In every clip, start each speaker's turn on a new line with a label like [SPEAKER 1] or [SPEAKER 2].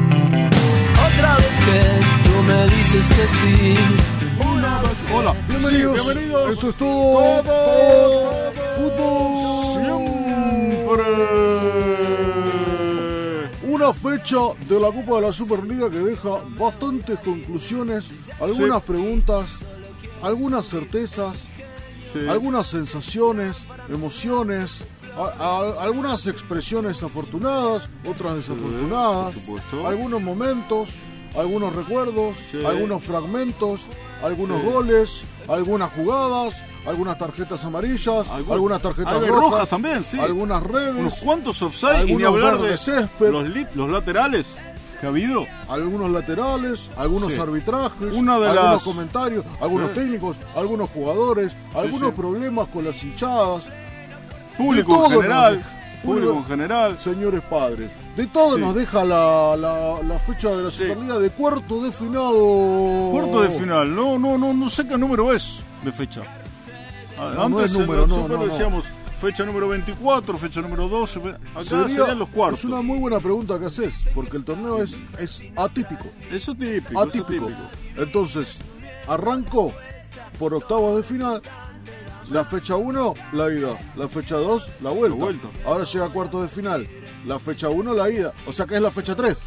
[SPEAKER 1] Otra vez que tú me dices que sí. Una vez que-
[SPEAKER 2] Hola, bienvenidos.
[SPEAKER 3] bienvenidos.
[SPEAKER 2] Esto es todo.
[SPEAKER 3] Todo.
[SPEAKER 2] Fútbol. Siempre. Una fecha de la Copa de la Superliga que deja bastantes conclusiones, algunas preguntas, algunas certezas,
[SPEAKER 3] Sí.
[SPEAKER 2] algunas sensaciones, emociones. a- a- algunas expresiones afortunadas, otras desafortunadas,
[SPEAKER 3] por supuesto.
[SPEAKER 2] algunos momentos, algunos recuerdos,
[SPEAKER 3] Sí.
[SPEAKER 2] algunos fragmentos, algunos goles, algunas jugadas, algunas tarjetas amarillas,
[SPEAKER 3] Algún-
[SPEAKER 2] algunas tarjetas
[SPEAKER 3] algo Ah, de
[SPEAKER 2] rojas,
[SPEAKER 3] rojas también, sí.
[SPEAKER 2] algunas
[SPEAKER 3] Unos
[SPEAKER 2] redes,
[SPEAKER 3] cuantos offside y ni
[SPEAKER 2] Algunos
[SPEAKER 3] hablar de
[SPEAKER 2] verdes césped.
[SPEAKER 3] los, lit- los laterales que ha habido.
[SPEAKER 2] algunos laterales, algunos
[SPEAKER 3] Sí.
[SPEAKER 2] arbitrajes,
[SPEAKER 3] Una de
[SPEAKER 2] algunos
[SPEAKER 3] las-
[SPEAKER 2] comentarios, algunos
[SPEAKER 3] Sí.
[SPEAKER 2] técnicos, algunos jugadores, algunos
[SPEAKER 3] sí.
[SPEAKER 2] problemas con las hinchadas,
[SPEAKER 3] Público
[SPEAKER 2] todo
[SPEAKER 3] en general.
[SPEAKER 2] nos-
[SPEAKER 3] Público
[SPEAKER 2] Uno-
[SPEAKER 3] en general.
[SPEAKER 2] señores padres. De todo
[SPEAKER 3] Sí.
[SPEAKER 2] nos deja la, la- la fecha de la
[SPEAKER 3] Sí.
[SPEAKER 2] Superliga de cuarto de final. Cuarto
[SPEAKER 3] Cuarto de final. No, no, no, no sé qué número es de fecha. A-
[SPEAKER 2] No, no es
[SPEAKER 3] Antes en
[SPEAKER 2] número,
[SPEAKER 3] la
[SPEAKER 2] no,
[SPEAKER 3] Super
[SPEAKER 2] no, no.
[SPEAKER 3] decíamos fecha número 24, fecha número 12. fe- Acá serían los cuartos.
[SPEAKER 2] Es una muy buena pregunta que haces, porque el torneo es, es atípico.
[SPEAKER 3] Eso típico, eso
[SPEAKER 2] atípico. Entonces, arrancó por octavos de final. La fecha 1, la ida. La fecha 2, la vuelta.
[SPEAKER 3] La vuelta.
[SPEAKER 2] Ahora llega a cuartos de final. La fecha 1, la ida. O sea que es la fecha 3.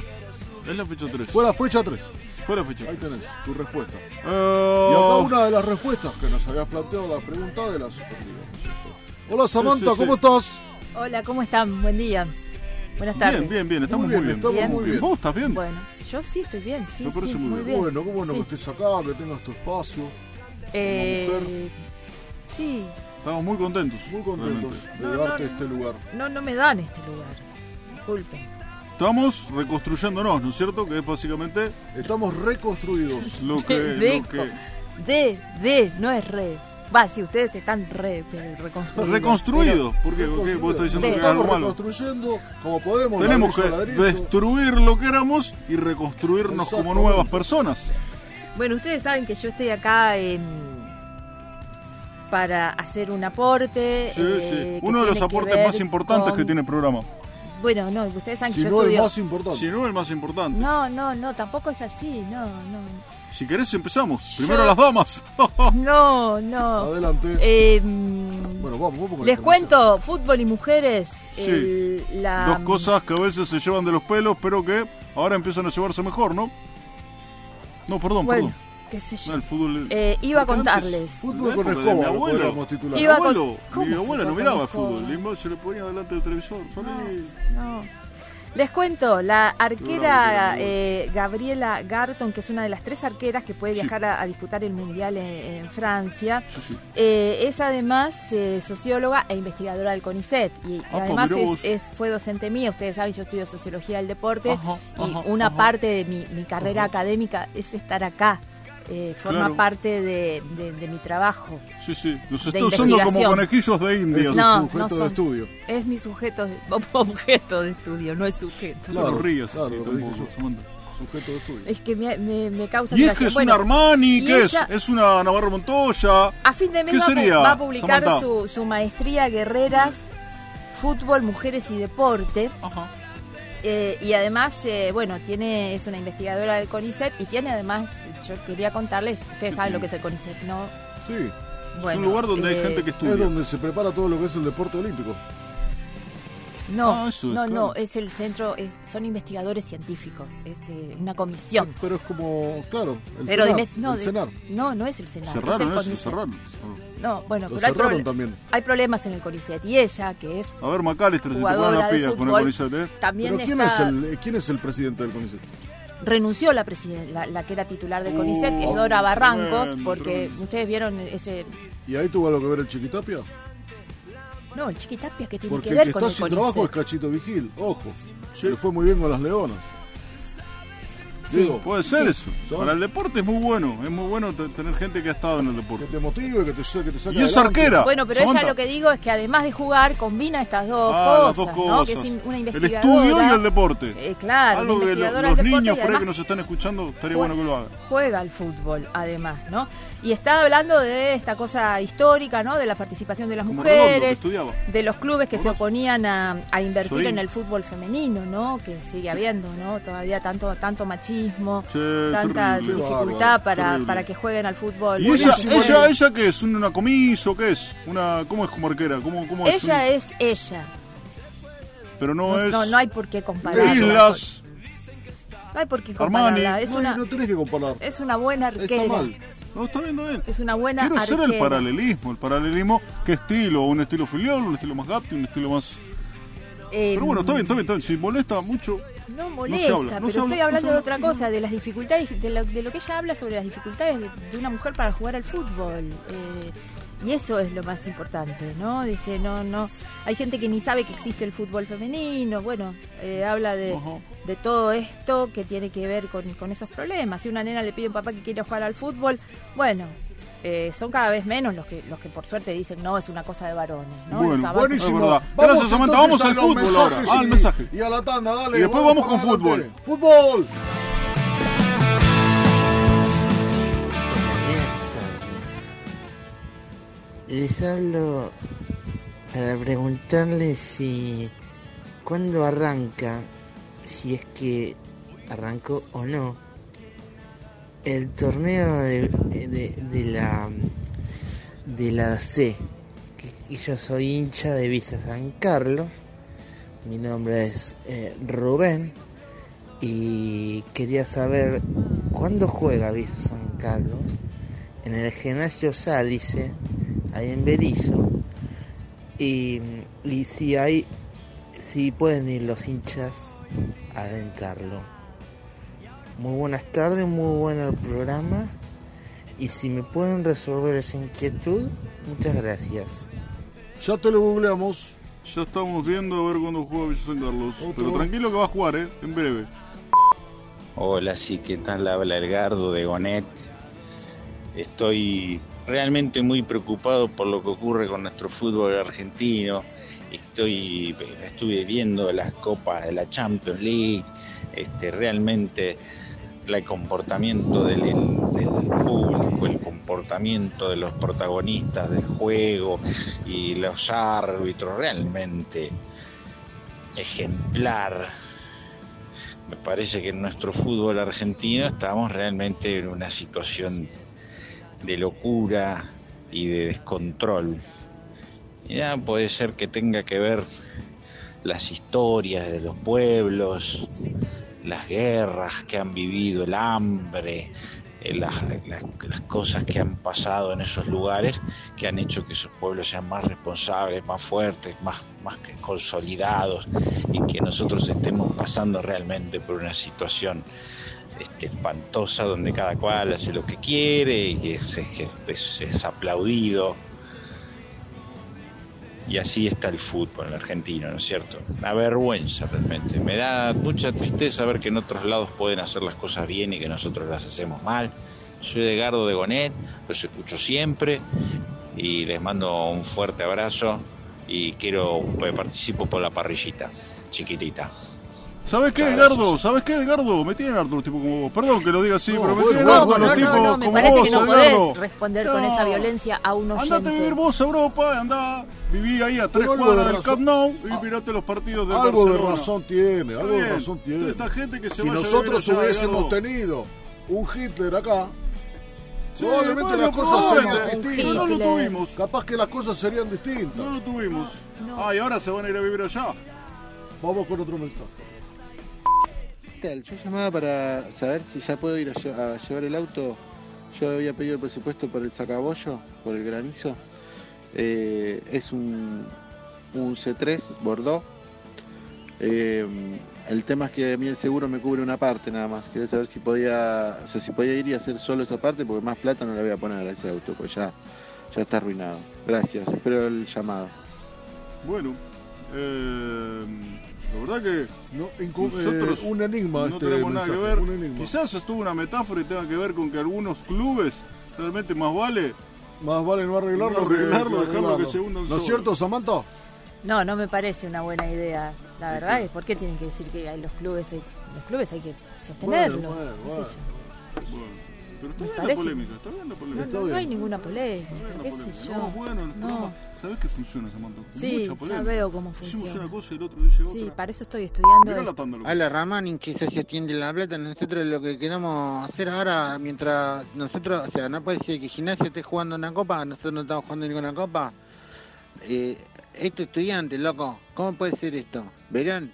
[SPEAKER 3] Es la fecha 3.
[SPEAKER 2] Fue la fecha 3.
[SPEAKER 3] Fue la fecha
[SPEAKER 2] Ahí
[SPEAKER 3] 3.
[SPEAKER 2] tenés tu respuesta.
[SPEAKER 3] Eh,
[SPEAKER 2] Y acá una de las respuestas que nos habías planteado la pregunta de la Superliga. Hola Samantha,
[SPEAKER 3] sí, sí.
[SPEAKER 2] ¿cómo estás?
[SPEAKER 4] Hola, ¿cómo están? Buen día. Buenas tardes.
[SPEAKER 3] Bien, bien, bien. Estamos
[SPEAKER 2] Muy
[SPEAKER 3] muy bien.
[SPEAKER 2] bien, estamos
[SPEAKER 4] Bien.
[SPEAKER 2] muy bien.
[SPEAKER 3] ¿Vos estás bien?
[SPEAKER 4] Bueno, yo sí estoy bien, sí,
[SPEAKER 3] Me parece
[SPEAKER 4] sí,
[SPEAKER 3] muy
[SPEAKER 4] muy
[SPEAKER 3] bien.
[SPEAKER 4] bien.
[SPEAKER 2] Bueno, qué bueno
[SPEAKER 4] Sí.
[SPEAKER 2] que estés acá, que tengas tu espacio.
[SPEAKER 4] Eh,
[SPEAKER 2] mujer.
[SPEAKER 4] sí,
[SPEAKER 3] Estamos muy contentos.
[SPEAKER 2] Muy contentos
[SPEAKER 3] realmente.
[SPEAKER 2] de
[SPEAKER 4] No, no,
[SPEAKER 2] darte
[SPEAKER 4] no.
[SPEAKER 2] este lugar.
[SPEAKER 4] no, no me dan este lugar. Disculpen.
[SPEAKER 3] Estamos reconstruyéndonos, ¿no es cierto? Que es básicamente
[SPEAKER 2] Estamos reconstruidos.
[SPEAKER 3] lo que. lo
[SPEAKER 4] Deco.
[SPEAKER 3] que-
[SPEAKER 4] De, de, no es re. Va, sí, ustedes están re, pero reconstruidos.
[SPEAKER 3] Reconstruido. ¿Por qué? ¿Por qué? Vos estás diciendo
[SPEAKER 4] Sí.
[SPEAKER 3] que es algo
[SPEAKER 2] Estamos
[SPEAKER 3] malo.
[SPEAKER 2] reconstruyendo como podemos.
[SPEAKER 3] Tenemos que
[SPEAKER 2] ladrillo a ladrillo.
[SPEAKER 3] destruir lo que éramos y reconstruirnos como
[SPEAKER 2] Exactamente.
[SPEAKER 3] nuevas personas.
[SPEAKER 4] pero- Bueno, ustedes saben que yo estoy acá em, para hacer un aporte.
[SPEAKER 3] Sí,
[SPEAKER 4] eh,
[SPEAKER 3] sí.
[SPEAKER 4] que
[SPEAKER 3] Uno de los
[SPEAKER 4] tiene que
[SPEAKER 3] aportes
[SPEAKER 4] ver
[SPEAKER 3] más importantes
[SPEAKER 4] con-
[SPEAKER 3] que tiene el programa.
[SPEAKER 4] Bueno, no, ustedes saben
[SPEAKER 2] Si
[SPEAKER 4] que yo
[SPEAKER 2] no es
[SPEAKER 4] estudio...
[SPEAKER 2] más importante.
[SPEAKER 3] Si no, el más importante.
[SPEAKER 4] No, no, no, tampoco es así, no, no.
[SPEAKER 3] Si querés, empezamos.
[SPEAKER 4] Yo-
[SPEAKER 3] Primero las damas.
[SPEAKER 4] No, no.
[SPEAKER 2] Adelante.
[SPEAKER 4] Eh, mm,
[SPEAKER 2] bueno, vamos, vamos con la
[SPEAKER 4] les
[SPEAKER 2] información.
[SPEAKER 4] cuento, fútbol y mujeres.
[SPEAKER 3] Sí.
[SPEAKER 4] el- la,
[SPEAKER 3] Dos cosas que a veces se llevan de los pelos, pero que ahora empiezan a llevarse mejor, ¿no? No, perdón,
[SPEAKER 4] Bueno,
[SPEAKER 3] perdón.
[SPEAKER 4] qué sé yo.
[SPEAKER 3] No, el fútbol.
[SPEAKER 4] Eh, iba a
[SPEAKER 3] Porque antes-
[SPEAKER 4] contarles.
[SPEAKER 2] Fútbol
[SPEAKER 3] La
[SPEAKER 2] con
[SPEAKER 3] época de
[SPEAKER 2] escoba,
[SPEAKER 3] mi
[SPEAKER 2] lo
[SPEAKER 3] abuelo.
[SPEAKER 2] podríamos titular.
[SPEAKER 4] Iba- con-
[SPEAKER 3] abuelo,
[SPEAKER 4] ¿Cómo
[SPEAKER 3] mi abuela
[SPEAKER 4] fue
[SPEAKER 3] no
[SPEAKER 4] con
[SPEAKER 3] miraba
[SPEAKER 4] el
[SPEAKER 3] fútbol,
[SPEAKER 4] fútbol?
[SPEAKER 3] le invo- se le ponía delante del televisor. Solé.
[SPEAKER 4] No. Les cuento, la
[SPEAKER 3] Programa
[SPEAKER 4] arquera
[SPEAKER 3] que
[SPEAKER 4] eh, Gabriela Garton, que es una de las tres arqueras que puede
[SPEAKER 3] Sí.
[SPEAKER 4] viajar a, a disputar el Mundial en, en Francia,
[SPEAKER 3] Sí, sí.
[SPEAKER 4] eh, es además eh, socióloga e investigadora del CONICET. Y, y
[SPEAKER 3] Ah, pues,
[SPEAKER 4] además
[SPEAKER 3] mirá
[SPEAKER 4] es-
[SPEAKER 3] vos.
[SPEAKER 4] es- fue docente mía, ustedes saben, yo estudio sociología del deporte
[SPEAKER 3] Ajá,
[SPEAKER 4] y
[SPEAKER 3] ajá,
[SPEAKER 4] una
[SPEAKER 3] ajá.
[SPEAKER 4] parte de mi, mi carrera académica es estar acá. eh, forma
[SPEAKER 3] Claro.
[SPEAKER 4] parte de- de- de mi trabajo.
[SPEAKER 3] Sí, sí. Los
[SPEAKER 4] De
[SPEAKER 3] está usando como
[SPEAKER 4] investigación.
[SPEAKER 3] conejillos de indias.
[SPEAKER 4] No,
[SPEAKER 2] sujeto de
[SPEAKER 4] son.
[SPEAKER 2] estudio.
[SPEAKER 4] Es mi sujeto, de- objeto de estudio, no es sujeto.
[SPEAKER 3] No te rías
[SPEAKER 2] claro,
[SPEAKER 3] así
[SPEAKER 2] lo que
[SPEAKER 3] tampoco,
[SPEAKER 2] dije yo.
[SPEAKER 3] Samantha.
[SPEAKER 2] Sujeto de estudio.
[SPEAKER 4] Es que me, me- me causa
[SPEAKER 3] Y es
[SPEAKER 4] gracia.
[SPEAKER 3] que es
[SPEAKER 4] Bueno,
[SPEAKER 3] una Armani,
[SPEAKER 4] y
[SPEAKER 3] ¿qué es?
[SPEAKER 4] ella-
[SPEAKER 3] Es una Navarro Montoya.
[SPEAKER 4] A fin de mes
[SPEAKER 3] ¿Qué
[SPEAKER 4] va, a pu-
[SPEAKER 3] sería,
[SPEAKER 4] va a publicar
[SPEAKER 3] Samantha?
[SPEAKER 4] su, su maestría Guerreras, Fútbol, Mujeres y Deporte.
[SPEAKER 3] Ajá.
[SPEAKER 4] Eh, y además, eh, bueno, tiene es una investigadora del CONICET y tiene además, yo quería contarles, ustedes saben lo que es el CONICET, ¿no?
[SPEAKER 2] Sí,
[SPEAKER 3] es
[SPEAKER 4] Bueno,
[SPEAKER 3] un lugar donde hay
[SPEAKER 4] eh,
[SPEAKER 3] gente que
[SPEAKER 2] es
[SPEAKER 3] estudia.
[SPEAKER 2] donde se prepara todo lo que es el deporte olímpico.
[SPEAKER 4] No,
[SPEAKER 3] Ah, eso es,
[SPEAKER 4] no,
[SPEAKER 3] claro.
[SPEAKER 4] no, es el centro, es- son investigadores científicos, es eh, una comisión.
[SPEAKER 2] Pero es como, claro, el
[SPEAKER 4] Pero de
[SPEAKER 2] cenar.
[SPEAKER 4] inves- no,
[SPEAKER 2] el
[SPEAKER 4] de-
[SPEAKER 2] cenar.
[SPEAKER 4] no, no es el cenar. es
[SPEAKER 3] Cerraron
[SPEAKER 4] el
[SPEAKER 3] eso,
[SPEAKER 4] CONICET.
[SPEAKER 3] cerraron.
[SPEAKER 4] No, bueno,
[SPEAKER 2] Lo
[SPEAKER 4] pero hay,
[SPEAKER 2] cerraron
[SPEAKER 4] proble-
[SPEAKER 2] también.
[SPEAKER 4] hay problemas en el CONICET. Y ella, que es
[SPEAKER 3] A ver, Macalester, si te ponen
[SPEAKER 4] jugadora
[SPEAKER 3] la
[SPEAKER 4] de
[SPEAKER 3] pida con el
[SPEAKER 4] fútbol,
[SPEAKER 3] CONICET, ¿eh?
[SPEAKER 4] también
[SPEAKER 2] Pero ¿quién,
[SPEAKER 4] está-
[SPEAKER 2] es el, eh, ¿quién es el presidente del CONICET?
[SPEAKER 4] renunció la, presiden- la, la que era titular del
[SPEAKER 3] Uh,
[SPEAKER 4] CONICET, es Dora Barrancos,
[SPEAKER 3] tremendo,
[SPEAKER 4] porque
[SPEAKER 3] tremendo.
[SPEAKER 4] ustedes vieron ese...
[SPEAKER 2] ¿Y ahí tuvo algo que ver el Chiquitapia?
[SPEAKER 4] No, el Chiquitapia que tiene
[SPEAKER 2] Porque
[SPEAKER 4] que
[SPEAKER 2] el que
[SPEAKER 4] ver con
[SPEAKER 2] está
[SPEAKER 4] el
[SPEAKER 2] sin trabajo es
[SPEAKER 4] CONICET.
[SPEAKER 2] Cachito Vigil, ojo.
[SPEAKER 3] Sí.
[SPEAKER 2] Le fue muy bien con las leonas. Diego,
[SPEAKER 3] Puede ser eso.
[SPEAKER 2] Son-
[SPEAKER 3] Para el deporte es muy bueno. Es muy bueno te- tener gente que ha estado en el
[SPEAKER 2] que
[SPEAKER 3] deporte.
[SPEAKER 2] te motive, que te, sa- que te saque
[SPEAKER 3] Y es
[SPEAKER 2] adelante.
[SPEAKER 3] arquera.
[SPEAKER 4] Bueno, pero
[SPEAKER 3] Samantha.
[SPEAKER 4] ella lo que digo es que además de jugar, combina estas dos
[SPEAKER 3] Ah, las
[SPEAKER 4] cosas,
[SPEAKER 3] dos
[SPEAKER 4] ¿no? Que es
[SPEAKER 3] cosas.
[SPEAKER 4] in- una
[SPEAKER 3] el
[SPEAKER 4] investigadora.
[SPEAKER 3] estudio y el deporte.
[SPEAKER 4] Eh, claro,
[SPEAKER 3] Algo
[SPEAKER 4] una
[SPEAKER 3] que lo-
[SPEAKER 4] investigadora
[SPEAKER 3] los
[SPEAKER 4] del deporte
[SPEAKER 3] niños
[SPEAKER 4] y
[SPEAKER 3] por ahí que
[SPEAKER 4] además
[SPEAKER 3] nos están escuchando, estaría
[SPEAKER 4] jue-
[SPEAKER 3] bueno que lo hagan.
[SPEAKER 4] Juega al fútbol, además, ¿no? Y está hablando de esta cosa histórica, ¿no? De la participación de las
[SPEAKER 3] Como Redondo, que
[SPEAKER 4] mujeres,
[SPEAKER 3] estudiaba.
[SPEAKER 4] de los clubes que se oponían a, a invertir
[SPEAKER 3] Sorín.
[SPEAKER 4] en el fútbol femenino, ¿no? Que sigue habiendo, ¿no? Todavía tanto, tanto machismo,
[SPEAKER 3] Che,
[SPEAKER 4] tanta
[SPEAKER 3] terrible,
[SPEAKER 4] dificultad
[SPEAKER 3] bárbaro,
[SPEAKER 4] para,
[SPEAKER 3] terrible.
[SPEAKER 4] para que jueguen al fútbol.
[SPEAKER 3] ¿Y ella,
[SPEAKER 2] sí,
[SPEAKER 3] ella,
[SPEAKER 2] bueno.
[SPEAKER 3] ella qué es? ¿Una comiso? ¿Qué es? Una, ¿Cómo es como arquera? ¿Cómo, cómo es?
[SPEAKER 4] Ella
[SPEAKER 3] Un-
[SPEAKER 4] es ella.
[SPEAKER 3] Pero no,
[SPEAKER 4] No,
[SPEAKER 3] es.
[SPEAKER 4] no, no hay por qué
[SPEAKER 3] de
[SPEAKER 4] compararla.
[SPEAKER 3] Islas.
[SPEAKER 4] No hay por qué
[SPEAKER 3] Armani.
[SPEAKER 4] compararla. Es
[SPEAKER 2] No,
[SPEAKER 4] una,
[SPEAKER 2] no tenés que comparar.
[SPEAKER 4] es una buena
[SPEAKER 2] Está
[SPEAKER 4] arquera.
[SPEAKER 2] mal.
[SPEAKER 3] No, está bien, está bien.
[SPEAKER 4] Es una buena
[SPEAKER 3] Quiero hacer
[SPEAKER 4] arquera.
[SPEAKER 3] el paralelismo. El paralelismo, ¿qué estilo? ¿Un estilo filial? ¿Un estilo más gato? ¿Un estilo más.?
[SPEAKER 4] Eh,
[SPEAKER 3] Pero bueno, está bien, está bien, está bien. Si molesta mucho.
[SPEAKER 4] No
[SPEAKER 3] No se
[SPEAKER 4] molesta,
[SPEAKER 3] habla, no se
[SPEAKER 4] pero
[SPEAKER 3] habla,
[SPEAKER 4] estoy
[SPEAKER 3] no
[SPEAKER 4] hablando
[SPEAKER 3] se
[SPEAKER 4] de
[SPEAKER 3] habla.
[SPEAKER 4] otra cosa, de las dificultades, de lo, de lo que ella habla sobre las dificultades de, de una mujer para jugar al fútbol. eh, y eso es lo más importante, ¿no? Dice, no, no. Hay gente que ni sabe que existe el fútbol femenino. Bueno, eh, habla de,
[SPEAKER 3] Ajá.
[SPEAKER 4] de todo esto que tiene que ver con, con esos problemas. Si una nena le pide a un papá que quiera jugar al fútbol, bueno. eh, son cada vez menos los que los que por suerte dicen no es una cosa de varones ¿no? Los
[SPEAKER 3] Bueno,
[SPEAKER 4] avances-
[SPEAKER 3] buenísimo.
[SPEAKER 2] Buenísimo.
[SPEAKER 3] verdad. Gracias, Samantha. Vamos
[SPEAKER 2] entonces
[SPEAKER 3] al
[SPEAKER 2] a los
[SPEAKER 3] fútbol ahora.
[SPEAKER 2] mensajes
[SPEAKER 3] Ah, al
[SPEAKER 2] y-
[SPEAKER 3] mensaje.
[SPEAKER 2] Y a la tanda, dale.
[SPEAKER 3] Y después vamos
[SPEAKER 2] para
[SPEAKER 3] con
[SPEAKER 2] adelante. ¡Fútbol!
[SPEAKER 5] Buenas tardes. Les hablo para preguntarles si cuándo arranca, si es que arrancó o no, el torneo de, de- de la de la C. Que- que Yo soy hincha de Villa San Carlos. Mi nombre es eh, Rubén y quería saber cuándo juega Villa San Carlos en el gimnasio Sálice, ahí en Berizo, y, y si hay, si pueden ir los hinchas a alentarlo. Muy buenas tardes, muy bueno el programa, y si me pueden resolver esa inquietud, muchas gracias.
[SPEAKER 2] Ya te lo googleamos.
[SPEAKER 3] Ya estamos viendo a ver cuándo juega Villa San Carlos.
[SPEAKER 2] Otro.
[SPEAKER 3] Pero tranquilo que va a jugar, ¿eh? En breve.
[SPEAKER 6] Hola, sí, ¿qué tal? Habla Elgardo de Gonet. Estoy realmente muy preocupado por lo que ocurre con nuestro fútbol argentino. Estoy, estuve viendo las copas de la Champions League. Este, realmente el comportamiento del, del público, el comportamiento de los protagonistas del juego y los árbitros, realmente ejemplar. Me parece que en nuestro fútbol argentino estamos realmente en una situación de locura y de descontrol. Ya puede ser que tenga que ver las historias de los pueblos, las guerras que han vivido, el hambre, eh, las, las- las cosas que han pasado en esos lugares que han hecho que esos pueblos sean más responsables, más fuertes, más, más que consolidados y que nosotros estemos pasando realmente por una situación este, espantosa donde cada cual hace lo que quiere y es, es- es- es aplaudido. Y así está el fútbol en argentino, ¿no es cierto? Una vergüenza realmente. Me da mucha tristeza ver que en otros lados pueden hacer las cosas bien y que nosotros las hacemos mal. Soy Edgardo de Gonet, los escucho siempre y les mando un fuerte abrazo y quiero pues, participo por la parrillita chiquitita.
[SPEAKER 3] ¿Sabes qué,
[SPEAKER 6] Muchas
[SPEAKER 3] Edgardo?
[SPEAKER 6] gracias.
[SPEAKER 3] ¿Sabes qué, Edgardo? Me tienen harto los tipos como vos. Perdón que lo diga así,
[SPEAKER 2] No,
[SPEAKER 3] pero me
[SPEAKER 2] bueno,
[SPEAKER 3] tienen
[SPEAKER 2] bueno,
[SPEAKER 4] No, no,
[SPEAKER 3] harto
[SPEAKER 2] bueno,
[SPEAKER 3] los
[SPEAKER 4] no,
[SPEAKER 3] tipos
[SPEAKER 4] no, no, me
[SPEAKER 3] como
[SPEAKER 4] parece
[SPEAKER 3] vos,
[SPEAKER 4] que no
[SPEAKER 3] Edgardo.
[SPEAKER 4] podés responder con esa
[SPEAKER 3] No.
[SPEAKER 4] violencia a un oyente.
[SPEAKER 3] Andate a vivir vos a Europa, andá, viví ahí a tres
[SPEAKER 2] Pero algo
[SPEAKER 3] cuadras
[SPEAKER 2] de
[SPEAKER 3] del
[SPEAKER 2] razón-
[SPEAKER 3] Camp Nou y
[SPEAKER 2] Ah,
[SPEAKER 3] mirate los partidos del
[SPEAKER 2] Algo de
[SPEAKER 3] Barcelona.
[SPEAKER 2] razón tiene,
[SPEAKER 3] Está
[SPEAKER 2] algo de
[SPEAKER 3] bien.
[SPEAKER 2] razón tiene.
[SPEAKER 3] Esta gente que se
[SPEAKER 2] si
[SPEAKER 3] vaya a
[SPEAKER 2] nosotros
[SPEAKER 3] vivir allá,
[SPEAKER 2] hubiésemos
[SPEAKER 3] Edgardo.
[SPEAKER 2] tenido un Hitler acá,
[SPEAKER 3] Sí,
[SPEAKER 2] probablemente
[SPEAKER 3] bueno,
[SPEAKER 2] las cosas serían
[SPEAKER 3] probablemente.
[SPEAKER 2] distintas.
[SPEAKER 3] No lo
[SPEAKER 4] Hitler.
[SPEAKER 3] tuvimos,
[SPEAKER 2] Capaz que las cosas serían distintas.
[SPEAKER 3] no lo tuvimos.
[SPEAKER 4] No.
[SPEAKER 3] Ah, y ahora se van a ir a vivir allá.
[SPEAKER 2] Vamos con otro mensaje.
[SPEAKER 7] ¿Qué tal? Yo llamaba para saber si ya puedo ir a, lle- a llevar el auto. Yo había pedido el presupuesto por el sacabollo, por el granizo. Eh, es un, un C3 Bordeaux. Eh, el tema es que a mí el seguro me cubre una parte nada más. Quería saber si podía, o sea, si podía ir y hacer solo esa parte, porque más plata no la voy a poner a ese auto, pues ya, ya está arruinado. Gracias, espero el llamado.
[SPEAKER 3] Bueno, eh, La verdad que
[SPEAKER 2] No, inco- eh,
[SPEAKER 3] Nosotros
[SPEAKER 2] un enigma
[SPEAKER 3] no
[SPEAKER 2] este
[SPEAKER 3] tenemos
[SPEAKER 2] mensaje,
[SPEAKER 3] nada que
[SPEAKER 2] un
[SPEAKER 3] ver.
[SPEAKER 2] enigma.
[SPEAKER 3] Quizás estuvo una metáfora y tenga que ver con que algunos clubes realmente más vale.
[SPEAKER 2] Más vale no arreglarlo,
[SPEAKER 3] No
[SPEAKER 2] que-
[SPEAKER 3] arreglarlo,
[SPEAKER 2] que
[SPEAKER 3] dejarlo que se hunda un
[SPEAKER 2] ¿No
[SPEAKER 3] solo.
[SPEAKER 2] es cierto, Samantha?
[SPEAKER 4] No, no me parece una buena idea. La verdad es por qué tienen que decir que hay los clubes, hay- los clubes hay que sostenerlos.
[SPEAKER 2] Bueno, bueno,
[SPEAKER 4] qué sé
[SPEAKER 2] bueno.
[SPEAKER 4] yo.
[SPEAKER 3] Bueno, pero está
[SPEAKER 4] Me
[SPEAKER 3] bien la
[SPEAKER 4] parece.
[SPEAKER 3] polémica, está bien la polémica.
[SPEAKER 4] No,
[SPEAKER 2] Está
[SPEAKER 4] no, no
[SPEAKER 2] bien.
[SPEAKER 4] hay ninguna
[SPEAKER 3] está bien
[SPEAKER 4] polémica,
[SPEAKER 3] la
[SPEAKER 4] qué
[SPEAKER 3] polémica.
[SPEAKER 4] sé
[SPEAKER 3] No,
[SPEAKER 4] yo.
[SPEAKER 3] bueno, los
[SPEAKER 4] No.
[SPEAKER 3] programas, ¿sabés que funciona, Samantha? Con
[SPEAKER 4] Sí,
[SPEAKER 3] mucha
[SPEAKER 4] ya
[SPEAKER 3] polémica.
[SPEAKER 4] veo cómo
[SPEAKER 3] Hicimos una
[SPEAKER 4] funciona.
[SPEAKER 3] cosa y el otro dice
[SPEAKER 4] Sí,
[SPEAKER 3] otra.
[SPEAKER 4] para eso estoy estudiando.
[SPEAKER 3] Mirá la
[SPEAKER 4] esto.
[SPEAKER 3] tanda, loco.
[SPEAKER 7] A la Ramani, quizás se atiende la plata. Nosotros lo que queremos hacer ahora, mientras nosotros, o sea, no puede ser que Gimnasia esté jugando una copa, nosotros no estamos jugando ninguna copa. Eh, este estudiante, loco, ¿cómo puede ser esto? Verán,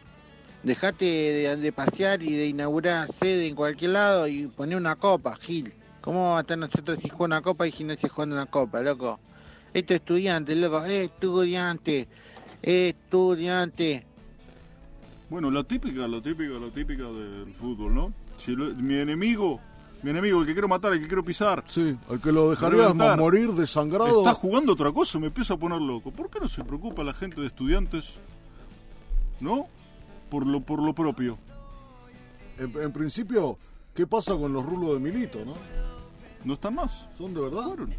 [SPEAKER 7] dejate de, de pasear y de inaugurar sede en cualquier lado y poner una copa, Gil. ¿Cómo vamos a estar nosotros si juega una copa y Gimnasia jugando una copa, loco? Esto estudiante, loco, estudiante, estudiante.
[SPEAKER 3] Bueno, la típica, la típica, la típica del fútbol, ¿no? Si lo- mi enemigo, mi enemigo, el que quiero matar, el que quiero pisar,
[SPEAKER 2] Sí, al que lo dejaríamos
[SPEAKER 3] Reventar.
[SPEAKER 2] morir desangrado.
[SPEAKER 3] Está jugando otra cosa, me empiezo a poner loco. ¿Por qué no se preocupa la gente de estudiantes? ¿No? Por lo, por lo propio.
[SPEAKER 2] En, en principio, ¿qué pasa con los rulos de Milito, no?
[SPEAKER 3] ¿No están más?
[SPEAKER 2] ¿Son de verdad?
[SPEAKER 3] Fueron.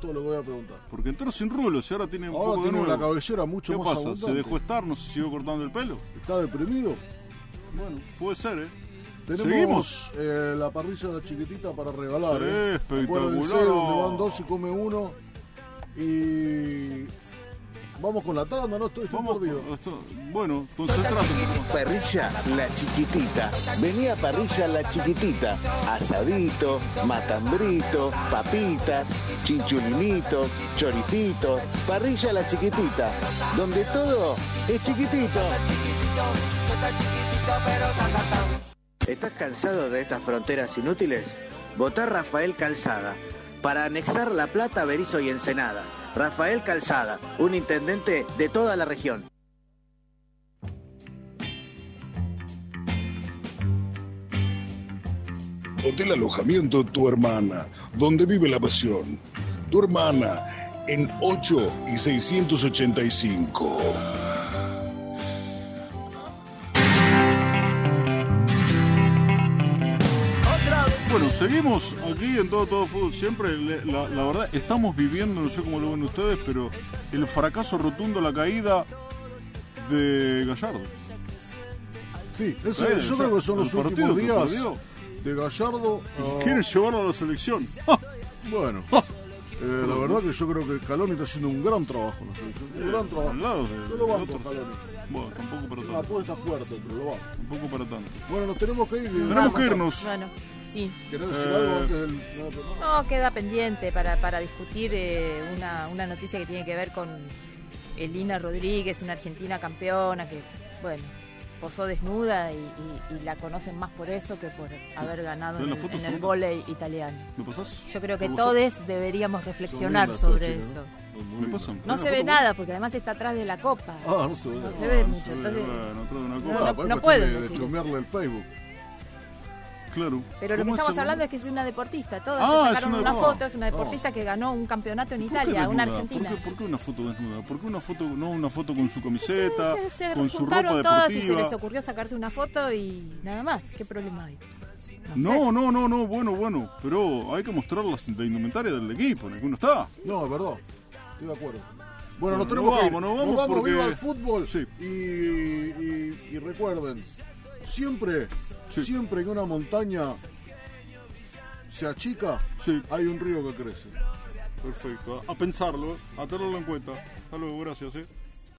[SPEAKER 2] Todo lo voy a preguntar.
[SPEAKER 3] Porque entró sin rulos y ahora tiene un
[SPEAKER 2] Ahora
[SPEAKER 3] poco de
[SPEAKER 2] tiene
[SPEAKER 3] nuevo.
[SPEAKER 2] la cabellera mucho
[SPEAKER 3] ¿Qué
[SPEAKER 2] más
[SPEAKER 3] pasa? ¿Se
[SPEAKER 2] abundante.
[SPEAKER 3] dejó este. estar? ¿No se siguió cortando el pelo?
[SPEAKER 2] Está deprimido.
[SPEAKER 3] Bueno, puede ser, ¿eh?
[SPEAKER 2] Tenemos
[SPEAKER 3] Seguimos.
[SPEAKER 2] eh, la parrilla de la chiquitita para regalar.
[SPEAKER 3] Eh,
[SPEAKER 2] ¿eh?
[SPEAKER 3] espectacular.
[SPEAKER 2] Acuérdense, donde van dos y come uno. Y vamos con la tanda, ¿no? Estoy, estoy perdido.
[SPEAKER 3] esto- bueno, concentrate.
[SPEAKER 8] Parrilla La Chiquitita. Venía Parrilla La Chiquitita. Asadito, matambrito, papitas, chinchulinitos, choricitos. Parrilla La Chiquitita. Donde todo es chiquitito. ¿Estás cansado de estas fronteras inútiles? Votá Rafael Calzada. Para anexar La Plata, Berizo y Ensenada. Rafael Calzada, un intendente de toda la región.
[SPEAKER 9] Hotel Alojamiento Tu Hermana, donde vive la pasión. Tu Hermana, en 8 y 685.
[SPEAKER 3] Bueno, seguimos aquí en todo, todo fútbol. Siempre, le- la, la verdad, estamos viviendo, no sé cómo lo ven ustedes, pero el fracaso rotundo, la caída de Gallardo.
[SPEAKER 2] Sí, eso-
[SPEAKER 3] Eh,
[SPEAKER 2] yo
[SPEAKER 3] ya,
[SPEAKER 2] creo que son
[SPEAKER 3] el
[SPEAKER 2] los
[SPEAKER 3] partido
[SPEAKER 2] últimos
[SPEAKER 3] que
[SPEAKER 2] días
[SPEAKER 3] perdió.
[SPEAKER 2] de Gallardo. ah, a-
[SPEAKER 3] Quiere llevarlo a la selección.
[SPEAKER 2] Bueno,
[SPEAKER 3] Ah.
[SPEAKER 2] eh, la verdad que yo creo que Caloni está haciendo un gran trabajo en la selección. Un gran trabajo.
[SPEAKER 3] Eh, Al lado de-
[SPEAKER 2] yo lo banco,
[SPEAKER 3] de otros.
[SPEAKER 2] Caloni.
[SPEAKER 3] Bueno, tampoco para
[SPEAKER 2] Una
[SPEAKER 3] tanto.
[SPEAKER 2] apuesta fuerte, pero lo banco.
[SPEAKER 3] Tampoco para tanto.
[SPEAKER 2] Bueno, nos tenemos que ir.
[SPEAKER 3] Tenemos que irnos.
[SPEAKER 4] Bueno, sí.
[SPEAKER 2] ¿Querés decir
[SPEAKER 3] Eh,
[SPEAKER 2] algo antes del final del programa?
[SPEAKER 4] No, queda pendiente para, para discutir eh, una, una noticia que tiene que ver con Elina Rodríguez, una argentina campeona que, bueno, posó desnuda y, y- y la conocen más por eso que por haber ganado
[SPEAKER 3] ¿Ven
[SPEAKER 4] en
[SPEAKER 3] la
[SPEAKER 4] el,
[SPEAKER 3] foto,
[SPEAKER 4] en el
[SPEAKER 3] Samantha?
[SPEAKER 4] vóley italiano.
[SPEAKER 3] ¿Me pasás?
[SPEAKER 4] Yo creo que
[SPEAKER 3] ¿Cómo son?
[SPEAKER 4] todos deberíamos reflexionar
[SPEAKER 2] Son lindas todas,
[SPEAKER 4] sobre
[SPEAKER 2] chicas,
[SPEAKER 4] eso.
[SPEAKER 2] Muy
[SPEAKER 3] ¿Me
[SPEAKER 2] bien.
[SPEAKER 3] pasan?
[SPEAKER 4] No se ve nada porque además está atrás de la copa.
[SPEAKER 2] Ah, no se ve.
[SPEAKER 4] No se ve mucho,
[SPEAKER 3] Bueno,
[SPEAKER 4] entonces-
[SPEAKER 3] bueno, atrás de una
[SPEAKER 4] No,
[SPEAKER 3] copa.
[SPEAKER 2] Ah, pues
[SPEAKER 4] no
[SPEAKER 2] cuestión
[SPEAKER 4] pueden
[SPEAKER 2] De, de
[SPEAKER 4] decir
[SPEAKER 2] chumearle el Facebook.
[SPEAKER 3] Claro.
[SPEAKER 4] Pero lo que
[SPEAKER 3] ¿Cómo
[SPEAKER 4] estamos
[SPEAKER 3] ese-
[SPEAKER 4] hablando es que es una deportista. Todas
[SPEAKER 3] Ah,
[SPEAKER 4] se
[SPEAKER 3] es
[SPEAKER 4] sacaron
[SPEAKER 3] una-
[SPEAKER 4] una,
[SPEAKER 3] no,
[SPEAKER 4] foto, es una
[SPEAKER 2] no.
[SPEAKER 4] deportista que ganó un campeonato en
[SPEAKER 3] ¿Por qué
[SPEAKER 4] Italia, una
[SPEAKER 3] desnuda?
[SPEAKER 4] argentina.
[SPEAKER 3] ¿Por qué, por qué una foto desnuda? ¿Por qué una foto, no una foto con su camiseta,
[SPEAKER 4] Se, se
[SPEAKER 3] con su ropa
[SPEAKER 4] juntaron todas y se
[SPEAKER 3] deportiva?
[SPEAKER 4] les ocurrió sacarse una foto y nada más. ¿Qué problema hay?
[SPEAKER 3] No, no, no, no, bueno, bueno, pero hay que mostrar las- la indumentaria del equipo en el que uno está.
[SPEAKER 2] No, es verdad. Estoy de acuerdo.
[SPEAKER 3] Bueno,
[SPEAKER 2] Bueno,
[SPEAKER 3] nos
[SPEAKER 2] nos tenemos que ir.
[SPEAKER 3] vamos, nos vamos porque-
[SPEAKER 2] viva al fútbol.
[SPEAKER 3] Sí.
[SPEAKER 2] Y, y- y recuerden, siempre,
[SPEAKER 3] Sí.
[SPEAKER 2] siempre que una montaña se achica,
[SPEAKER 3] Sí,
[SPEAKER 2] hay un río que crece.
[SPEAKER 3] perfecto. A, a pensarlo, a tenerlo en cuenta. Hasta luego, gracias, eh.